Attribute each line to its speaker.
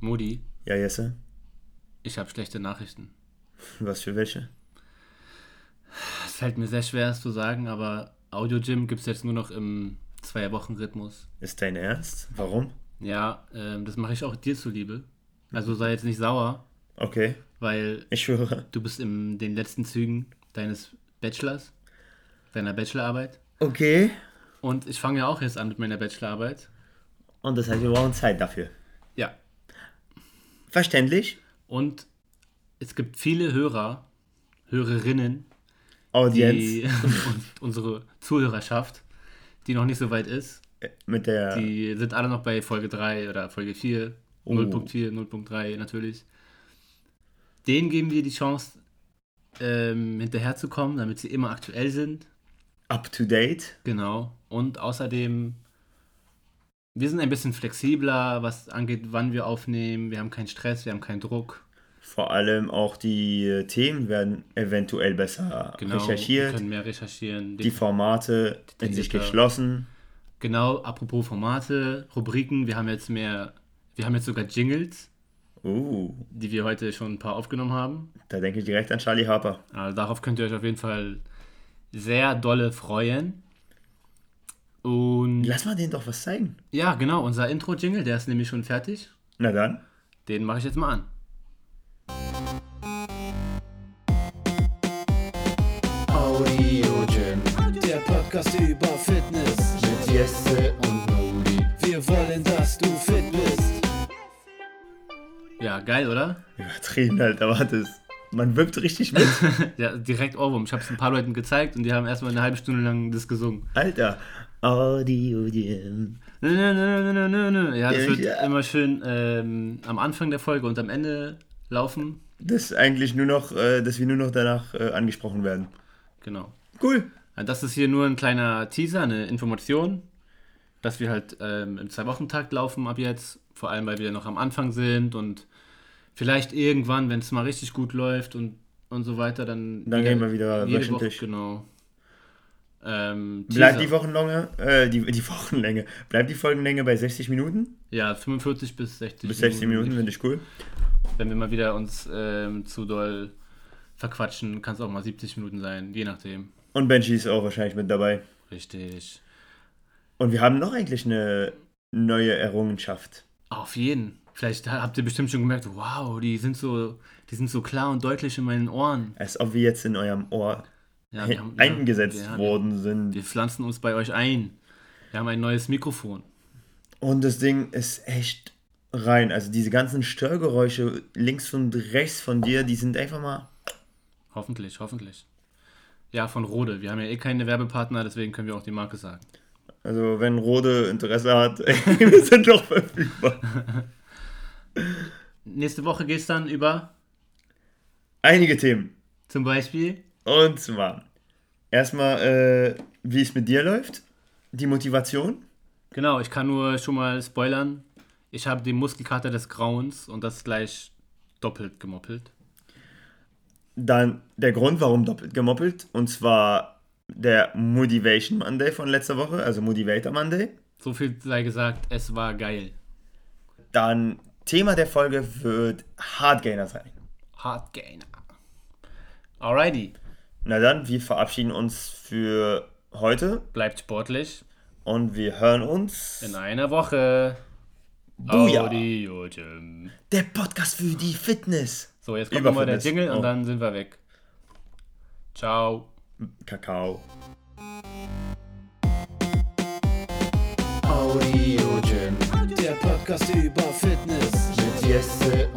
Speaker 1: Modi,
Speaker 2: Ja, Jesse.
Speaker 1: ich habe schlechte Nachrichten.
Speaker 2: Was für welche?
Speaker 1: Es fällt mir sehr schwer, es zu sagen, aber Audio Gym gibt es jetzt nur noch im Zwei-Wochen-Rhythmus.
Speaker 2: Ist dein Ernst? Warum?
Speaker 1: Ja, ähm, das mache ich auch dir zuliebe. Also sei jetzt nicht sauer,
Speaker 2: Okay,
Speaker 1: weil
Speaker 2: ich schwöre.
Speaker 1: du bist in den letzten Zügen deines Bachelors, deiner Bachelorarbeit.
Speaker 2: Okay.
Speaker 1: Und ich fange ja auch jetzt an mit meiner Bachelorarbeit.
Speaker 2: Und das heißt, wir brauchen Zeit dafür.
Speaker 1: Ja.
Speaker 2: Verständlich?
Speaker 1: Und es gibt viele Hörer, Hörerinnen,
Speaker 2: Audienz
Speaker 1: die, und unsere Zuhörerschaft, die noch nicht so weit ist.
Speaker 2: äh, mit der.
Speaker 1: Die sind alle noch bei Folge 3 oder Folge 4,
Speaker 2: Oh.
Speaker 1: 0.4, 0.3 natürlich. Denen geben wir die Chance, ähm, hinterherzukommen, damit sie immer aktuell sind.
Speaker 2: up to date.
Speaker 1: Genau. Und außerdem, wir sind ein bisschen flexibler, was angeht, wann wir aufnehmen. Wir haben keinen Stress, wir haben keinen Druck.
Speaker 2: Vor allem auch die äh, Themen werden eventuell besser
Speaker 1: Genau. Wir
Speaker 2: recherchiert.
Speaker 1: können mehr recherchieren.
Speaker 2: Die Formate in sich
Speaker 1: Detaillierter.
Speaker 2: geschlossen.
Speaker 1: genau, apropos Formate, Rubriken, wir haben jetzt mehr, wir haben jetzt sogar Jingles,
Speaker 2: Uh,
Speaker 1: die wir heute schon ein paar aufgenommen haben.
Speaker 2: da denke ich direkt an Charlie Harper.
Speaker 1: Also darauf könnt ihr euch auf jeden Fall sehr dolle freuen. Und
Speaker 2: Lass mal denen doch was zeigen.
Speaker 1: ja, genau, unser Intro-Jingle, der ist nämlich schon fertig.
Speaker 2: Na dann.
Speaker 1: Den mache ich jetzt mal an.
Speaker 3: Audio Gym, der Podcast über Fitness mit Jesse und Modi. Wir wollen, dass du fit bist.
Speaker 1: Ja, geil, oder?
Speaker 2: Übertrieben, Alter, warte. es- Man wirkt richtig mit.
Speaker 1: Ja, direkt Ohrwurm. Ich habe es ein paar Leuten gezeigt und die haben erstmal eine halbe Stunde lang das gesungen.
Speaker 2: Alter. Audio Gym.
Speaker 1: Nö, nö, nö, nö, nö, nö. Ja, das
Speaker 2: Ja,
Speaker 1: wird
Speaker 2: ja.
Speaker 1: immer schön ähm, am Anfang der Folge und am Ende laufen.
Speaker 2: Das ist eigentlich nur noch, äh, dass wir nur noch danach äh, angesprochen werden.
Speaker 1: Genau.
Speaker 2: Cool.
Speaker 1: Ja, Das ist hier nur ein kleiner Teaser, eine Information, dass wir halt ähm, im Zwei-Wochen-Takt laufen ab jetzt. Vor allem, weil wir noch am Anfang sind und vielleicht irgendwann, wenn es mal richtig gut läuft und, und so weiter, dann.
Speaker 2: Dann gehen wir wieder
Speaker 1: jede
Speaker 2: wöchentlich.
Speaker 1: Woche, genau. Ähm,
Speaker 2: Bleibt
Speaker 1: Teaser.
Speaker 2: die Wochenlänge, äh, die, die Wochenlänge, bleibt die Folgenlänge bei 60 Minuten?
Speaker 1: Ja, 45 bis 60
Speaker 2: Bis 60 Minuten finde ich cool.
Speaker 1: Wenn wir mal wieder uns ähm, zu doll verquatschen, kann es auch mal 70 Minuten sein, je nachdem.
Speaker 2: Und Benji ist auch wahrscheinlich mit dabei.
Speaker 1: Richtig.
Speaker 2: Und wir haben noch eigentlich eine neue Errungenschaft.
Speaker 1: Auf jeden. Vielleicht ha- habt ihr bestimmt schon gemerkt, wow, die sind so, die sind so klar und deutlich in meinen Ohren.
Speaker 2: Als ob wir jetzt in eurem Ohr
Speaker 1: Ja,
Speaker 2: hin-
Speaker 1: wir haben-
Speaker 2: eingesetzt
Speaker 1: ja, wir-
Speaker 2: worden sind.
Speaker 1: Wir pflanzen uns bei euch ein. Wir haben ein neues Mikrofon.
Speaker 2: Und das Ding ist echt rein. Also diese ganzen Störgeräusche links und rechts von dir, die sind einfach mal.
Speaker 1: Hoffentlich, hoffentlich. Ja, von Rode. Wir haben ja eh keine Werbepartner, deswegen können wir auch die Marke sagen.
Speaker 2: Also wenn Rode Interesse hat, wir sind doch verfügbar.
Speaker 1: Nächste Woche geht es dann über
Speaker 2: Einige Themen.
Speaker 1: zum Beispiel.
Speaker 2: Und zwar erstmal, äh, wie es mit dir läuft, die Motivation.
Speaker 1: Genau, ich kann nur schon mal spoilern. Ich habe den Muskelkater des Grauens und das gleich doppelt gemoppelt.
Speaker 2: Dann der Grund, warum doppelt gemoppelt. Und zwar der Motivation Monday von letzter Woche, also Motivator Monday.
Speaker 1: So viel sei gesagt, es war geil.
Speaker 2: Dann Thema der Folge wird Hardgainer sein.
Speaker 1: Hard Gainer. Alrighty.
Speaker 2: Na dann, wir verabschieden uns für heute
Speaker 1: Bleibt sportlich.
Speaker 2: und wir hören uns.
Speaker 1: In einer Woche.
Speaker 2: Booyah.
Speaker 1: Audio Gym.
Speaker 2: Der Podcast für die Fitness.
Speaker 1: So, jetzt kommt
Speaker 2: Über
Speaker 1: nochmal der
Speaker 2: Fitness.
Speaker 1: Jingle und
Speaker 2: Oh.
Speaker 1: dann sind wir weg. Ciao.
Speaker 2: Kakao.
Speaker 3: Audio Gym, der Podcast über Fitness mit Jesse